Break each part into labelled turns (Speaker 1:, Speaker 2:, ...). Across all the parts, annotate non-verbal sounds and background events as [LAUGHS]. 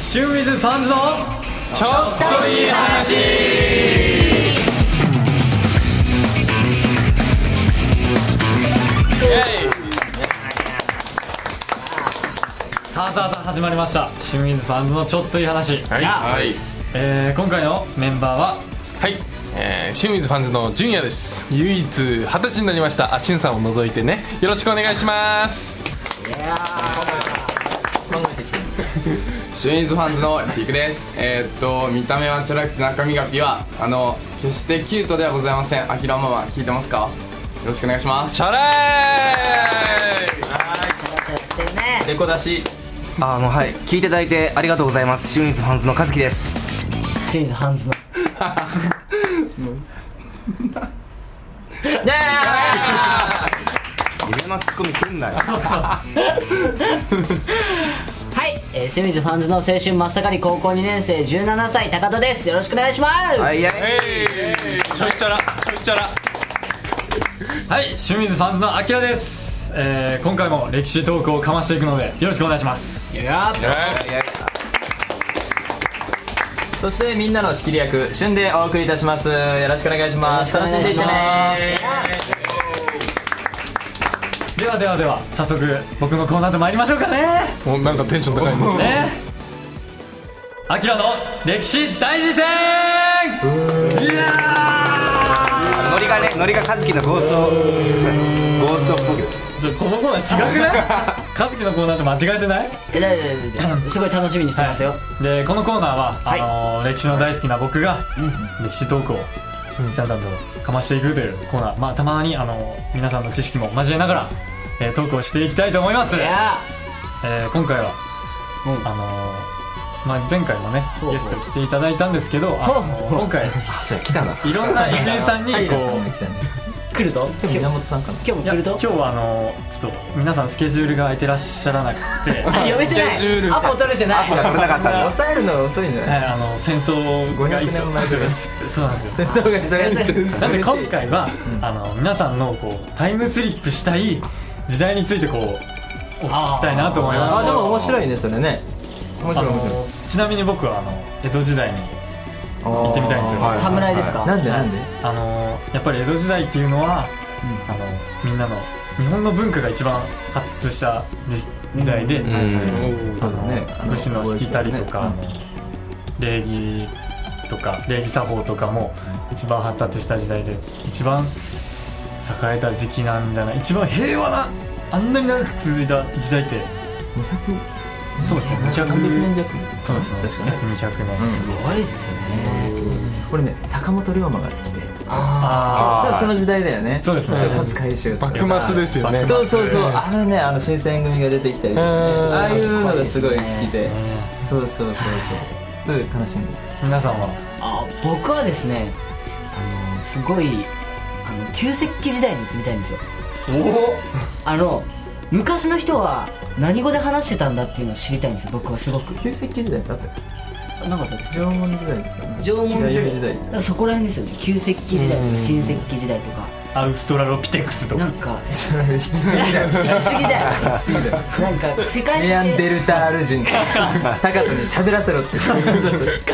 Speaker 1: シューウィズファンズのちょっといい話さあさあさあ始まりましたシューウィズファンズのちょっといい話、
Speaker 2: はい、はい、
Speaker 1: えー、今回のメンバーは
Speaker 2: はい、えー、清水ファンズの純也です。唯一二十歳になりました。あ、ちんさんを除いてね、よろしくお願いします。 [LAUGHS]
Speaker 3: シュインズファンズのリクですえー、っと見た目はちょらくて中身がピュアあの決してキュートではございませんアキラママ聞いてますかよろしくお願いします
Speaker 2: チャラ
Speaker 4: 猫出し
Speaker 5: あのはい聞いていただいてありがとうございますシューインズファンズの和樹です
Speaker 6: シューズハンズの
Speaker 5: 夢のツッコミすんなよ
Speaker 6: はい、えー、清水ファンズの青春真っ盛り高校2年生17歳高戸ですよろしくお願いします、
Speaker 5: はいや
Speaker 2: ーイ。えー、ちょいチャラ、ちょいチャラ。
Speaker 1: はいシューウィズファンズのアキラです、えー、今回も歴史トークをかましていくのでよろしくお願いします
Speaker 4: そしてみんなの仕切り役旬でお送りいたしますよろしくお願いします
Speaker 6: よろ
Speaker 4: 楽
Speaker 6: しくお願い
Speaker 4: しんでい
Speaker 6: してます
Speaker 4: ね
Speaker 1: ではではでは早速僕のコーナーと参りましょうかね
Speaker 2: もうなんかテンション高いの。
Speaker 1: ねアキラの歴史大辞典
Speaker 5: ノリがねノリが和樹のゴーストゴーストっぽく
Speaker 1: ちょこのコーナー違くないカズキのコーナーと間違えてない
Speaker 6: えだいだいだいだいすごい楽しみにしてますよ、
Speaker 1: でこのコーナーは、
Speaker 6: い
Speaker 1: あのー歴史の大好きな僕が、歴史トークをちゃんちゃんとかましていくというコーナーまあたまに、あのー皆さんの知識も交えながら、えートークをしていきたいと思います
Speaker 6: い、や
Speaker 1: えー今回は、
Speaker 6: うん
Speaker 1: あのーまあ、前回もね
Speaker 6: う
Speaker 1: ゲスト来ていただいたんですけど、あのー今回
Speaker 5: あそうや来たない
Speaker 1: ろんな偉人さんに
Speaker 4: アイ
Speaker 1: こ
Speaker 4: ラさん
Speaker 1: う
Speaker 4: が来たね
Speaker 6: ー来ると今日
Speaker 4: 源さんかな
Speaker 6: 今
Speaker 1: い
Speaker 6: 日も
Speaker 1: や
Speaker 6: 来る
Speaker 1: 今
Speaker 6: と
Speaker 1: 日はあのーちょっと皆さんスケジュールが空いてらっしゃらなくて
Speaker 6: あ読めてな
Speaker 2: スケジュー
Speaker 6: い
Speaker 2: ル
Speaker 6: アポ取れてない
Speaker 5: じゃ取れなかったんだ
Speaker 4: 抑えるのが遅いんじゃ
Speaker 1: [LAUGHS] は
Speaker 4: ない
Speaker 1: いあの戦争が
Speaker 4: 500年前ぐらい
Speaker 1: 忙しくてそうなんですよ
Speaker 4: 戦争が
Speaker 6: 先生
Speaker 4: 忙しい
Speaker 1: なんで今回は、あの皆さんのこうタイムスリップしたい時代についてこうお聞きしたいなと思いました
Speaker 4: あでも面白いねそれね
Speaker 3: 面
Speaker 1: あ
Speaker 3: 白い面白い
Speaker 1: のちなみに僕はあの江戸時代に行
Speaker 4: 行
Speaker 1: ってみたいんですよ、
Speaker 5: はい
Speaker 6: 侍ですか、
Speaker 4: なんでなんで
Speaker 1: あのやっぱり江戸時代っていうのは、あのみんなの日本の文化が一番発達した時時代で、
Speaker 2: うん
Speaker 1: その
Speaker 4: そうだねあの
Speaker 1: 武士のしきたりとか、あの礼儀とか礼儀作法とかも一番発達した時代で一番栄えた時期なんじゃない一番平和なあんなに長く続いた時代ってそうですね
Speaker 4: 300
Speaker 1: 200
Speaker 4: 年弱
Speaker 1: そうですね
Speaker 4: 確かに
Speaker 1: 約200年、
Speaker 6: すごいですよね
Speaker 4: これね坂本龍馬が好きで
Speaker 1: あ
Speaker 4: だからその時代だよね
Speaker 1: そうですね
Speaker 4: 勝海舟とかさ
Speaker 2: 幕末ですよね。
Speaker 4: そうそうそうあのねあの新選組が出てきたりとかね
Speaker 2: うん
Speaker 4: ああいうのがすごい好きで
Speaker 1: あ、ね
Speaker 4: そうそうそうそうすごい楽しみ
Speaker 1: 皆さんは
Speaker 6: あ僕はですねあのすごいあの旧石器時代に行ってみたいんですよあの昔の人は何語で話してたんだっていうのを知りたいんですよ僕はすごく
Speaker 4: 旧石器時代ってあったっけ
Speaker 6: なかったです
Speaker 4: 縄文時代とか
Speaker 6: 縄文時
Speaker 4: 弥
Speaker 6: 代
Speaker 4: 生時代と
Speaker 6: だ
Speaker 4: か
Speaker 6: からそこら辺ですよね旧石器時代とか新石器時代とか
Speaker 1: アウストラロピテクスとか
Speaker 4: [LAUGHS]
Speaker 6: なんかす
Speaker 4: 知らないです
Speaker 6: ぎだよ
Speaker 4: 行き
Speaker 6: [LAUGHS]
Speaker 4: 過ぎだよ
Speaker 6: なんか世界史
Speaker 4: ネアンデ
Speaker 6: で
Speaker 4: ルタール人タカトに喋らせろって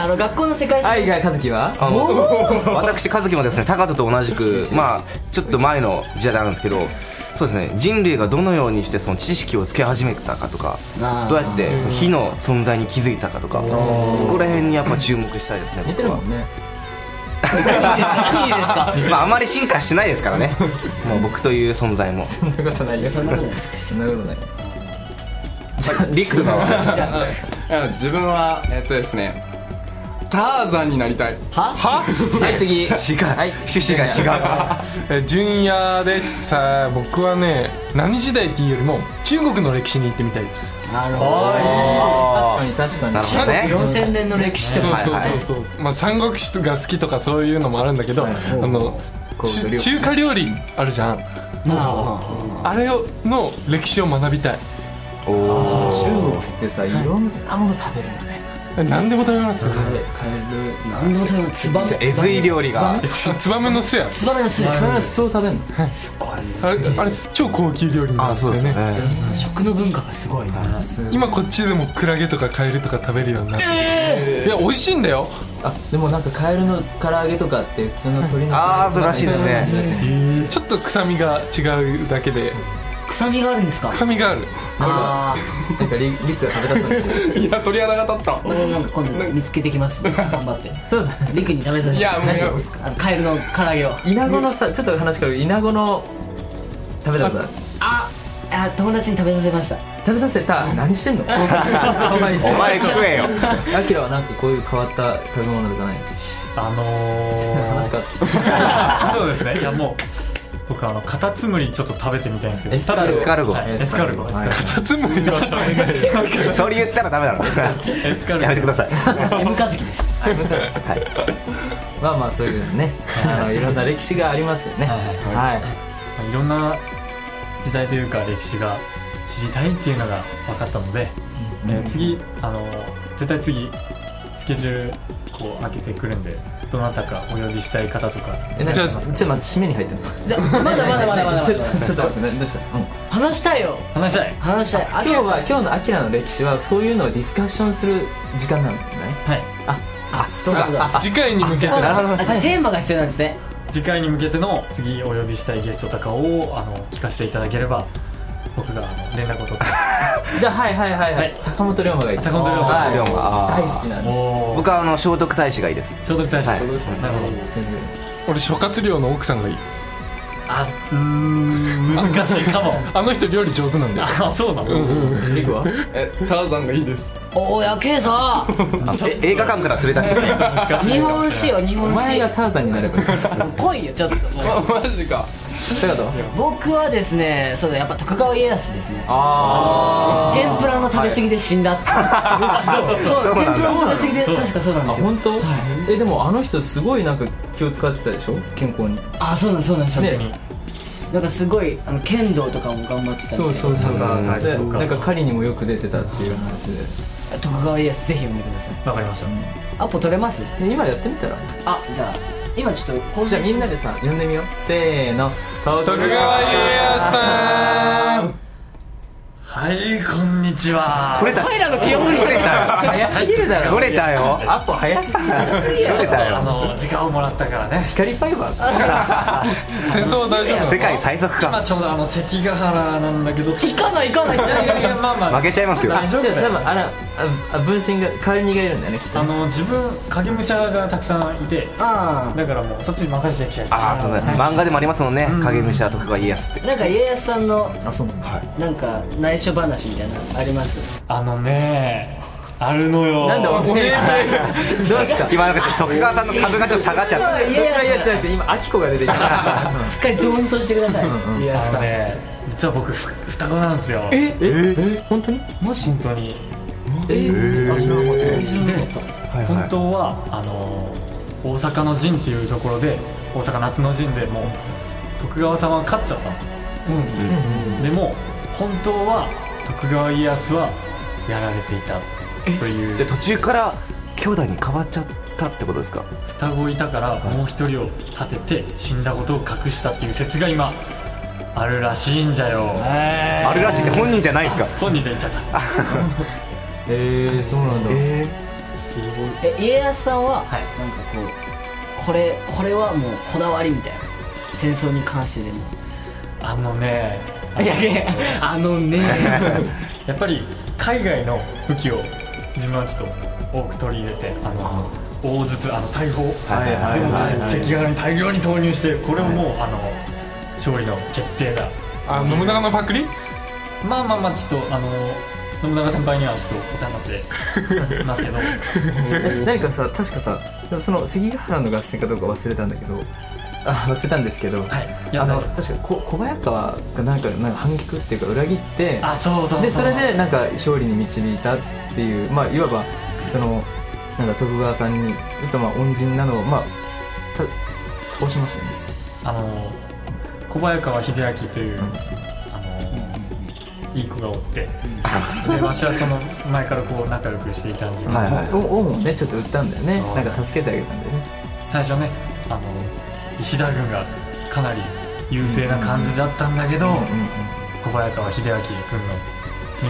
Speaker 6: あの学校の世界史
Speaker 4: 愛が和樹は
Speaker 5: あの私和樹もですね高人と同じくまあちょっと前の時代なんですけどそうですね人類がどのようにしてその知識をつけ始めたかとか
Speaker 6: あー
Speaker 5: どうやってその火の存在に気づいたかとかそこら辺にやっぱ注目したいですね
Speaker 4: 似てるもんね
Speaker 6: いいですか
Speaker 5: まああまり進化してないですから
Speaker 4: [LAUGHS]
Speaker 5: ねもう僕という存在も
Speaker 4: そんなことないよ
Speaker 6: そんなことないです
Speaker 4: そんなことない
Speaker 5: リクとかは
Speaker 6: じゃあ
Speaker 3: いや自分はえーっとですねターザンになりたい
Speaker 4: ははい次違
Speaker 5: 違
Speaker 4: う
Speaker 5: う、
Speaker 4: はい
Speaker 5: 趣旨が違う
Speaker 2: えー純也です。さあ、僕はね、何時代っていうよりも、中国の歴史に行ってみたいです。
Speaker 6: なるほ
Speaker 4: 確かに確かに
Speaker 5: なるほど
Speaker 6: ど
Speaker 5: ね
Speaker 6: 4000年の歴史と
Speaker 2: そう
Speaker 6: か
Speaker 2: そうそうそう、まあ、三国志が好きとかそういうのもあるんだけど、あのち
Speaker 4: 料理
Speaker 2: 中華料理あるじゃんあれをの歴史を学びたい
Speaker 4: 中国ってさいろんなもの食べるよね
Speaker 2: 何でも食べますよ
Speaker 4: カエル
Speaker 6: 何でも食べるツバメ
Speaker 5: えずい料理が
Speaker 2: ツバメの巣や
Speaker 6: ツバメの巣
Speaker 4: カエルそう食べんの
Speaker 2: あれあれ超高級料理なん
Speaker 5: あ
Speaker 2: ですよ
Speaker 5: そうです
Speaker 2: ね
Speaker 5: よね
Speaker 6: 食の文化がすごいな
Speaker 2: 今こっちでもクラゲとかカエルとか食べるようになって、いや美味しいんだよ
Speaker 4: あでもなんかカエルの唐揚げとかって普通の鶏の唐揚げ
Speaker 5: あーそうらしいですね
Speaker 2: ちょっと臭みが違うだけで
Speaker 6: 臭みがあるんですか
Speaker 2: 臭みがある
Speaker 6: あ
Speaker 4: なんかリリックが食べたそうにしてる
Speaker 3: いや鳥肌が立った
Speaker 6: あ俺なんか今度見つけてき
Speaker 4: [LAUGHS]
Speaker 6: ます頑張って
Speaker 4: そうだね
Speaker 6: リクに食べさせて
Speaker 3: いやもうや
Speaker 6: あのカエルの唐揚げを
Speaker 4: イナゴのさちょっと話変わるイナゴの食べたことある
Speaker 6: あ友達に食べさせました
Speaker 4: 食べさせた何し
Speaker 5: [LAUGHS]
Speaker 4: てんのお前
Speaker 5: お前食えよ
Speaker 4: ア [LAUGHS] キラはなんかこういう変わった食べ物とかない
Speaker 1: あのー、
Speaker 4: [LAUGHS] 話変わった
Speaker 1: そうですねいやもう僕あのカタツムリちょっと食べてみたいんですけど
Speaker 4: エスカルゴ
Speaker 5: エスカルゴ
Speaker 1: はいエスカルゴエスカルゴ
Speaker 2: カタツムリは食べないです
Speaker 5: それ言ったらダメだろ
Speaker 1: エスカルゴ
Speaker 5: やめてください
Speaker 6: M カズキです
Speaker 4: まあまあそういうねあのいろんな歴史がありますよね
Speaker 1: はい
Speaker 4: はい
Speaker 1: まあいろんな時代というか歴史が知りたいっていうのが分かったので、えー次あの絶対次スケジュールこう開けてくるんでどなたかお呼びしたい方とか
Speaker 4: えなんかちょっ
Speaker 2: じゃあ
Speaker 4: と待って締めに入ってるの
Speaker 6: じゃまだまだまだまだまだ
Speaker 4: [LAUGHS] ちょっとちょっと待ってなどうした、うん、
Speaker 6: 話したいよ
Speaker 1: 話したい
Speaker 6: 話したいあ
Speaker 4: 今日は今日のアキラの歴史はそういうのをディスカッションする時間なんだね
Speaker 1: はい
Speaker 4: あそう
Speaker 6: そうだ
Speaker 2: 次回に向けて
Speaker 5: なるほど
Speaker 6: あじゃあテーマが必要なんですね
Speaker 1: 次回に向けての次お呼びしたいゲストとかをあの聞かせていただければ僕があの連絡を取って
Speaker 4: じゃあはいはいはい、は
Speaker 1: はいい、
Speaker 4: 坂本龍馬がいい
Speaker 1: 坂本龍馬
Speaker 4: はい
Speaker 5: 龍馬あー
Speaker 4: 大好きなんで
Speaker 1: おお
Speaker 5: 僕はあの聖徳太子がいいです
Speaker 1: 聖徳太子、
Speaker 5: はい
Speaker 1: なるほど
Speaker 2: 俺諸葛亮の奥さんがいい
Speaker 1: あうーん難しいかも
Speaker 2: あの人料理上手なんだよ
Speaker 1: あそうなの、
Speaker 4: リクは
Speaker 3: えターザンがいいです
Speaker 6: おおやけえさ
Speaker 5: え映画館から連れ出してくれ
Speaker 1: 難しい
Speaker 6: 日
Speaker 1: かも
Speaker 6: 本史よ日
Speaker 4: お
Speaker 6: 本
Speaker 4: 前
Speaker 6: 史
Speaker 4: がターザンにな
Speaker 3: [LAUGHS]
Speaker 4: ればいいって
Speaker 6: 来いよちょっともう
Speaker 3: マジか
Speaker 4: こと
Speaker 6: 僕はですねそうだやっぱ徳川家康ですね
Speaker 4: あ
Speaker 6: 天ぷらの食べ過ぎで死んだって、そう
Speaker 5: そう
Speaker 6: 天
Speaker 5: なん
Speaker 6: ぷ
Speaker 5: だ
Speaker 6: らの食べ過ぎで確かそうなん
Speaker 4: あ
Speaker 6: ですよ
Speaker 4: 本当、えでもあの人すごいなんか気を使ってたでしょ健康に
Speaker 6: あそうなんですそうなんです、
Speaker 4: ね
Speaker 6: なんかすごいあの剣道とかも頑張ってたんで
Speaker 4: そうそうそう
Speaker 1: なんか
Speaker 4: で
Speaker 1: うん
Speaker 4: なんか狩りにもよく出てたっていう話
Speaker 6: 徳川家康ぜひ読んでくださ
Speaker 1: わかりました
Speaker 6: いアポ取れます
Speaker 4: でで今やってみたら
Speaker 6: あじゃあ今ちょっとこう
Speaker 4: じゃあみんなでさ呼んでみようせーの徳川
Speaker 2: 徳川家康さん
Speaker 1: はいこんにちは
Speaker 5: 取れた
Speaker 6: 彼らの記憶力
Speaker 5: 取れたよ
Speaker 4: 早すぎるだろ
Speaker 5: 取れたよ
Speaker 4: アポ早すぎる
Speaker 5: 取れた
Speaker 1: あ
Speaker 5: よ
Speaker 1: の時間をもらったからね
Speaker 4: 光ファイバー
Speaker 2: 戦争は大丈夫なの
Speaker 5: 世界最速
Speaker 1: 今
Speaker 5: か
Speaker 1: ちょうどあの関ヶ原なんだけ
Speaker 5: [LAUGHS]
Speaker 1: どちょっ
Speaker 6: 行かない行かない
Speaker 1: といやいやまあまあ
Speaker 5: 負けちゃいますよ
Speaker 4: あじゃあ多分あらああ分身が代わりにがいるんだよねきっと
Speaker 1: あの自分影武者がたくさんいて
Speaker 6: あ
Speaker 1: だからもうそっちに任せてきちゃい
Speaker 5: ああそうだ漫画でもありますもんね影武者徳川家康って
Speaker 6: あなんか家康さんの
Speaker 4: あそうなんだ
Speaker 6: なんか内緒話みたいなのあります
Speaker 1: あのねあるのよ
Speaker 4: なんでおめえどうした
Speaker 5: 今なんか徳川さんの株がちょっと下がっちゃった
Speaker 4: いやいやじゃなくて今アキコが出てきた [LAUGHS]
Speaker 6: しっかりドーンとしてください家
Speaker 1: あ
Speaker 6: 康さ
Speaker 1: のね実は僕ふ双子なんですよ
Speaker 4: ええ本当に
Speaker 6: んもし
Speaker 1: 本当に
Speaker 4: えあ知らなかった
Speaker 6: 後ろのこと
Speaker 1: 本当はあの大阪の陣っていうところで大阪夏の陣でもう徳川様が勝っちゃったのでも本当は徳川家康はやられていたという
Speaker 5: じゃあ途中から兄弟に変わっちゃったってことですか
Speaker 1: 双子いたからもう一人を立てて死んだことを隠したっていう説が今あるらしいんじゃよ
Speaker 5: あるらしいって本人じゃないんですか
Speaker 1: 本人で言っちゃった
Speaker 4: えー、そうなんだ、
Speaker 6: え家康さんは、
Speaker 1: い
Speaker 6: なんかこうこれこれはもうこだわりみたいな戦争に関してでも
Speaker 1: あのね
Speaker 6: いやいやあのね
Speaker 1: やっぱり海外の武器を自分はちょっと多く取り入れてあの大筒あの大砲
Speaker 5: はいはいはいはい
Speaker 1: 関ヶ原に大量に投入してこれをもうあの勝利の決定だ
Speaker 2: あ信長のパクリ
Speaker 1: まあまあまあちょっとあの信長先輩にはちょっとお世話になってますけど
Speaker 4: [LAUGHS] 何かさ確かさその関ヶ原の合戦かどうか忘れたんだけどあ忘れたんですけど、
Speaker 1: はいいや
Speaker 4: あの
Speaker 1: 大丈夫
Speaker 4: 確かこ小早川がなんかなんか反逆っていうか裏切って
Speaker 1: あそうそうそう
Speaker 4: でそれでなんか勝利に導いたっていうまあいわばそのなんか徳川さんにとまあ恩人なのをまあた倒しましたね
Speaker 1: あの小早川秀明という、あのいい子がおって、でわしはその前からこう仲良くしていたんじゃ、
Speaker 5: はいはい
Speaker 4: おおもねちょっと売ったんだよね
Speaker 1: あー
Speaker 4: なんか助けてあげたんだよね
Speaker 1: 最初ねあの石田軍がかなり優勢な感じだったんだけど、
Speaker 4: うんうんうん
Speaker 1: 小早川秀明君の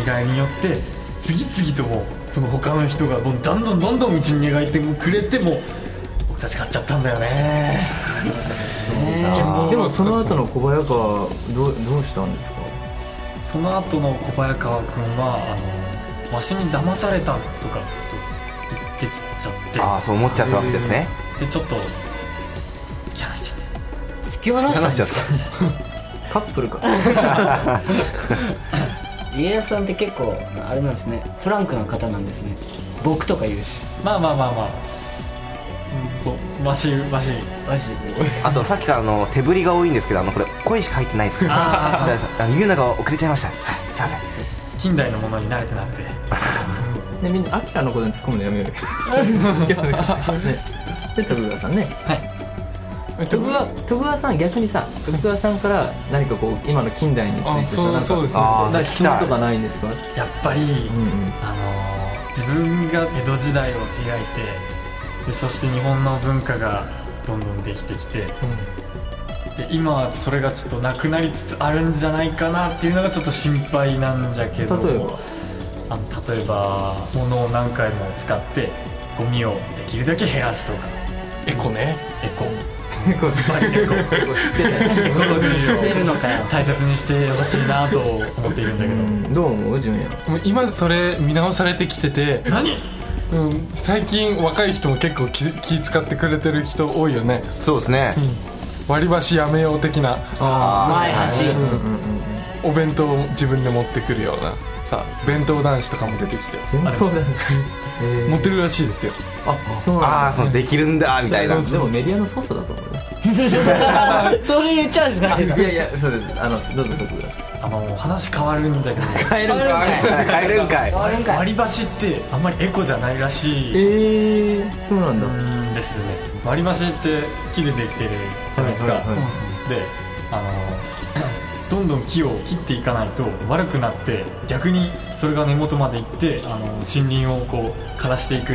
Speaker 1: 見返りによって次々ともうその他の人がもうどんどんどんどん道に描いてくれてもう僕たち買っちゃったんだよね
Speaker 4: でもその後の小早川どうどうしたんですか
Speaker 1: その後の小早川君はあのわしに騙されたとかちょっと言ってきち
Speaker 5: あ
Speaker 1: ゃ
Speaker 5: あそう思っちゃったわけですね
Speaker 1: ってでちょっと突き放しちゃって
Speaker 6: 突き放したんで
Speaker 5: 話し
Speaker 6: す
Speaker 5: ちゃ
Speaker 6: よ
Speaker 5: っ
Speaker 4: カップルか
Speaker 6: 家康さんって結構あれなんですねフランクな方なんですね僕とか言うし
Speaker 1: まあまあまあまあ、うん、こわしわし
Speaker 6: マジ
Speaker 5: たあとさっきからあの手振りが多いんですけどあのこれ声しか入ってないですけど
Speaker 1: あー
Speaker 5: あの言うのが遅れちゃいましたはいすいません
Speaker 1: 近代のものに慣れてなくて
Speaker 4: ねみんなアキラのことに突っ込むのやめようよやめようねで徳川さんね徳川徳川さん逆にさ徳川さんから何かこう今の近代につい
Speaker 2: あ
Speaker 4: てさ
Speaker 2: そう
Speaker 4: なんか
Speaker 2: そうですね
Speaker 5: あー
Speaker 4: なんか質問とかないんですか
Speaker 1: やっぱり、
Speaker 4: うんうん
Speaker 1: あのー自分が江戸時代を描いてでそして日本の文化がどんどんできてきて、で今はそれがちょっとなくなりつつあるんじゃないかなっていうのがちょっと心配なんじゃけど
Speaker 4: 例えば
Speaker 1: あの例えば物を何回も使ってゴミをできるだけ減らすとか
Speaker 2: エコね
Speaker 1: エコ
Speaker 4: [LAUGHS] こう
Speaker 1: つまりエコエコの授業を
Speaker 6: 出るのかよ
Speaker 1: 大切にしてほしいなと思っているんだけど、
Speaker 4: うんどう思う純也
Speaker 2: もう今それ見直されてきてて、
Speaker 1: 何
Speaker 2: うん、最近若い人も結構気気使ってくれてる人多いよね
Speaker 5: そうですね
Speaker 2: 割り箸やめよう的な
Speaker 6: 前走る
Speaker 4: うんうんうん
Speaker 2: お弁当を自分で持ってくるようなさ弁当男子とかも出てきて
Speaker 4: 伝統だし
Speaker 2: 持ってるらしいですよ
Speaker 4: あそうなん
Speaker 5: ああそのできるんだみたいな
Speaker 4: だでもメディアの操作だと思うよ
Speaker 6: それ言っちゃうんですか
Speaker 4: いやいやそうですあのどうぞ徳川さん
Speaker 1: あの話変わるんじゃけど
Speaker 4: 変えるか
Speaker 5: 帰るんかい
Speaker 6: あるんかい
Speaker 1: 割り箸ってあんまりエコじゃないらしい
Speaker 4: えー、そうなんだ、
Speaker 1: んですね割り箸って木でできてるじゃないですか、
Speaker 4: はいはい
Speaker 1: であのどんどん木を切っていかないと悪くなって逆にそれが根元まで行ってあの森林をこう枯らしていく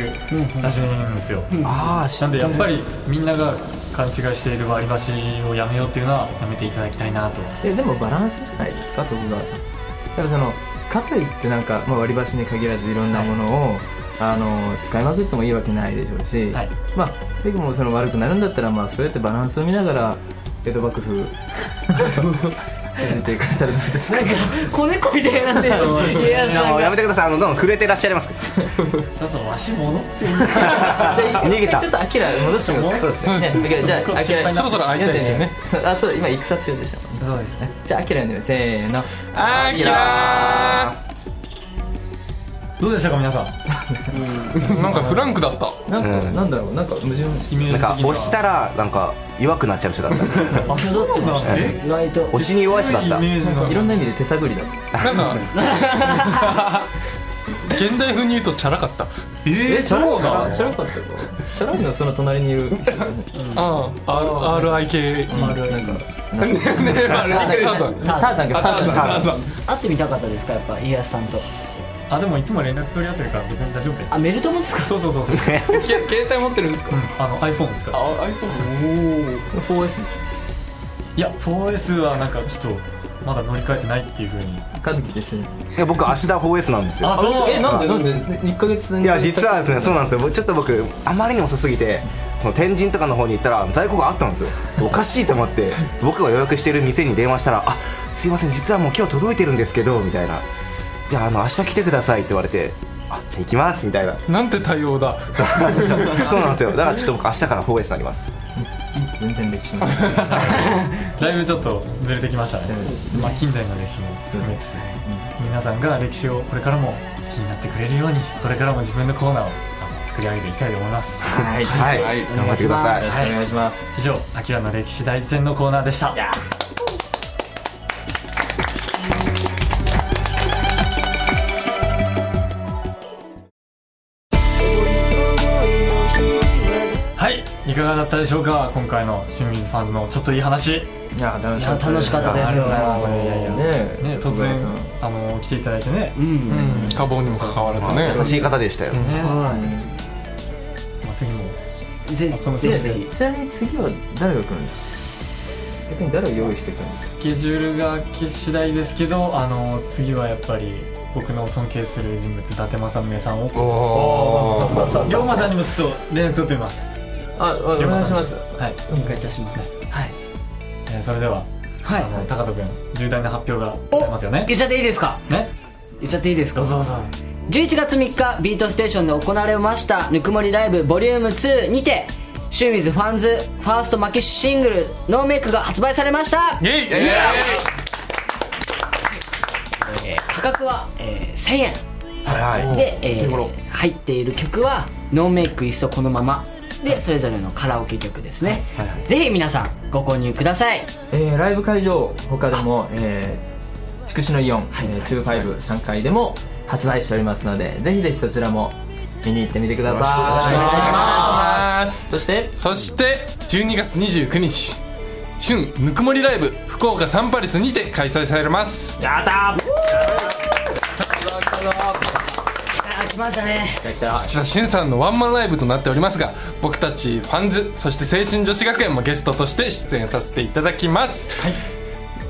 Speaker 1: らしいんですよ、
Speaker 5: ああ知
Speaker 1: なんでやっぱ
Speaker 5: り
Speaker 1: りみんなが勘違いしている割り箸をやめようっていうのはやめていただきたいなと
Speaker 4: えでもバランスじゃないですか徳川さんやっぱそのかといってなんか、まあ、割り箸に限らずいろんなものを、あの使いまくってもいいわけないでしょうし、
Speaker 1: はい
Speaker 4: まあでもその悪くなるんだったらまあそうやってバランスを見ながら江戸幕府やっていかれたらどうですか
Speaker 6: 子猫みたいになってる家康さ
Speaker 5: や
Speaker 6: んが
Speaker 5: めてくださいあのどんどん震えてらっしゃいます
Speaker 1: そろそろわし戻っていい
Speaker 5: 逃げた
Speaker 4: ちょっとアキラ戻してもらって
Speaker 2: そうですね
Speaker 4: ねじゃあアキラ
Speaker 2: そろそろ会いたいですよね
Speaker 4: そうあそう今戦中でしたもんね
Speaker 1: そうですね
Speaker 4: じゃあアキラ呼んでみようせーの
Speaker 2: あーきら
Speaker 1: どうでしたか皆さん
Speaker 2: ーなんかフランクだった
Speaker 4: なんか、
Speaker 5: うん
Speaker 4: なんだろうなんか矛盾して
Speaker 1: イメージ
Speaker 5: な
Speaker 1: 的に
Speaker 5: んか
Speaker 1: は
Speaker 5: 押したらなんか弱くなっちゃう人だった
Speaker 1: あそうなんだ
Speaker 5: ね
Speaker 1: え
Speaker 6: 意外と
Speaker 5: 押しに弱い人だった
Speaker 1: イメージが
Speaker 4: いろんな意味で手探りだった
Speaker 2: なんか現代風に言うとチャラかった
Speaker 1: え
Speaker 4: チャラかったチ
Speaker 1: チ
Speaker 4: ャ
Speaker 1: ャ
Speaker 4: ラかったかチャラいのその隣にいる
Speaker 2: ああ RIK
Speaker 4: なんか
Speaker 2: ねまあ
Speaker 6: ター
Speaker 2: RIK だ
Speaker 6: ザ
Speaker 2: ぞ
Speaker 6: ン
Speaker 4: ターザンかターザン
Speaker 2: あそう
Speaker 6: 会ってみたかったですかやっぱ家康さんと
Speaker 1: あでもいつも連絡取り合ってるから別に大丈夫で
Speaker 6: あメルトもですか
Speaker 1: そうそうそうそう
Speaker 3: 携帯持ってるんですか
Speaker 1: [LAUGHS] あの iPhone 使う
Speaker 3: あ iPhone
Speaker 4: 4S でし
Speaker 1: いや 4S はなんかちょっとまだ乗り換えてないっていうふうに
Speaker 4: ょ和樹と一緒に
Speaker 5: いや僕芦田 4S なんですよ
Speaker 1: そう
Speaker 4: えなんでなんで1ヶ月
Speaker 5: いや実はですねそうなんですよちょっと僕あまりに遅すぎてこの天神とかの方に行ったら在庫があったんですよおかしいと思って僕が予約してる店に電話したら「あすいません実はもう今日届いてるんですけど」みたいな「じゃああの明日来てください」って言われて「あじゃあ行きます」みたいな
Speaker 2: なんて対応だ
Speaker 5: そうなんですよだからちょっと僕明日から 4S になります
Speaker 4: 全然歴史の話
Speaker 1: だいぶちょっとずれてきましたね
Speaker 4: う、
Speaker 1: まあ、近代の歴史も含めつつ、皆さんが歴史をこれからも好きになってくれるようにこれからも自分のコーナーをあの作り上げていきたいと思います
Speaker 4: はいよ
Speaker 5: はい、
Speaker 3: はい
Speaker 5: 頑張ってください
Speaker 4: ろしくお願いします
Speaker 1: 以上「アキラの歴史大事典」のコーナーでしたはいいかがだったでしょうか今回の清水ファンズのちょっといい話
Speaker 4: いや楽しかった
Speaker 6: いや楽しかったです
Speaker 4: ありがとうございま
Speaker 1: い
Speaker 4: す
Speaker 1: やいや
Speaker 4: ね
Speaker 1: ね突然あの来ていただいてね、
Speaker 6: うん
Speaker 2: うん多忙にもかかわらずね
Speaker 5: 優しい方でしたよ、
Speaker 1: ね
Speaker 6: は
Speaker 1: まあ、次も
Speaker 6: いぜ
Speaker 1: この
Speaker 6: ひ
Speaker 1: 調
Speaker 6: ぜ
Speaker 1: 子
Speaker 6: ひぜひ
Speaker 4: ちなみに次は誰が来るんですか逆に誰を用意してくるんですか
Speaker 1: スケジュールが次第ですけどあの次はやっぱり僕の尊敬する人物伊達政宗さんを龍馬さんにもちょっと連絡取ってみます
Speaker 4: あお願いします
Speaker 1: はい、
Speaker 6: お願いいたしますはい
Speaker 1: えーそれでは、
Speaker 6: は
Speaker 1: あの
Speaker 6: い
Speaker 1: 高君重大な発表がございますよね
Speaker 6: 言っちゃっていいですか
Speaker 1: ね
Speaker 6: 言っちゃっていいですか
Speaker 1: どうぞどうぞ
Speaker 6: 11月3日ビートステーションで行われましたぬくもりライブボリューム2にてシューミズファンズファースト負けシングル「ノーメイクが発売されました
Speaker 2: イエイ
Speaker 6: えー価格は、えー1000円
Speaker 5: はいはい
Speaker 6: で、えー入っている曲は「ノーメイクいっそこのまま」でそれぞれのカラオケ曲ですね、ぜひ皆さんご購入ください
Speaker 4: えーライブ会場他でも、えー、筑紫のイオン、
Speaker 6: はい
Speaker 4: えー、253階でも発売しておりますのでぜひぜひそちらも見に行ってみてください
Speaker 2: お願いします
Speaker 4: そして
Speaker 2: そして12月29日春ぬくもりライブ福岡サンパレスにて開催されます
Speaker 4: やった
Speaker 6: あ来ましたね
Speaker 4: ー来た
Speaker 2: こちらしゅんさんのワンマンライブとなっておりますが僕たちファンズそして青春女子学園もゲストとして出演させていただきます、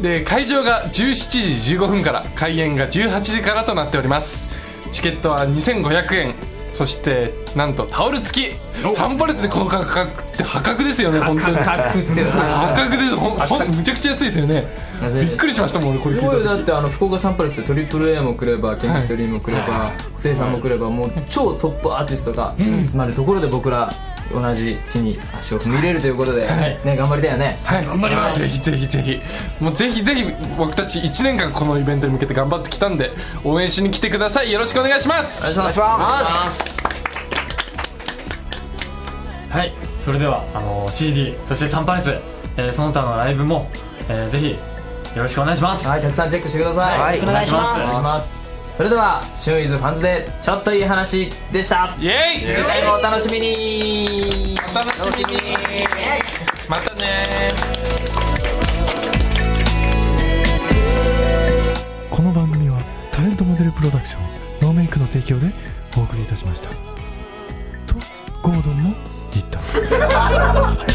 Speaker 2: で会場が17時15分から開演が18時からとなっておりますチケットは2500円そしてなんとタオル付きサンパレスでこの価格って破格ですよね本当に破
Speaker 4: 食ってる
Speaker 2: 格ですほんほんむちゃくちゃ安いですよねびっくりしましたもん俺これ
Speaker 4: す
Speaker 2: 聞いた
Speaker 4: ごい
Speaker 2: 時
Speaker 4: よだってあの福岡サンパレスでトリプル A も来ればケミストリーも来ればホテイさんも来ればもう超トップアーティストが集まるところで僕ら同じ地に足を踏み入れるということで
Speaker 2: はい
Speaker 4: ね頑張りたいよね
Speaker 2: はい、頑張りますぜひぜひぜひもうぜひぜひ僕たち1年間このイベントに向けて頑張ってきたんで応援しに来てくださいよろしくお願いします
Speaker 4: お願いします
Speaker 1: はいそれではあの CD そしてサンパレス、えーその他のライブも、えーぜひよろしくお願いします、
Speaker 4: はいたくさんチェックしてください
Speaker 5: はいお願
Speaker 1: いします
Speaker 4: お願いしますそれでは「シュンイズファンズ」でちょっといい話でした
Speaker 2: イエイ
Speaker 4: 次回もお楽しみに
Speaker 2: お楽しみにまたね
Speaker 7: この番組はタレントモデルプロダクションノーメイクの提供でお送りいたしましたとゴードンも言った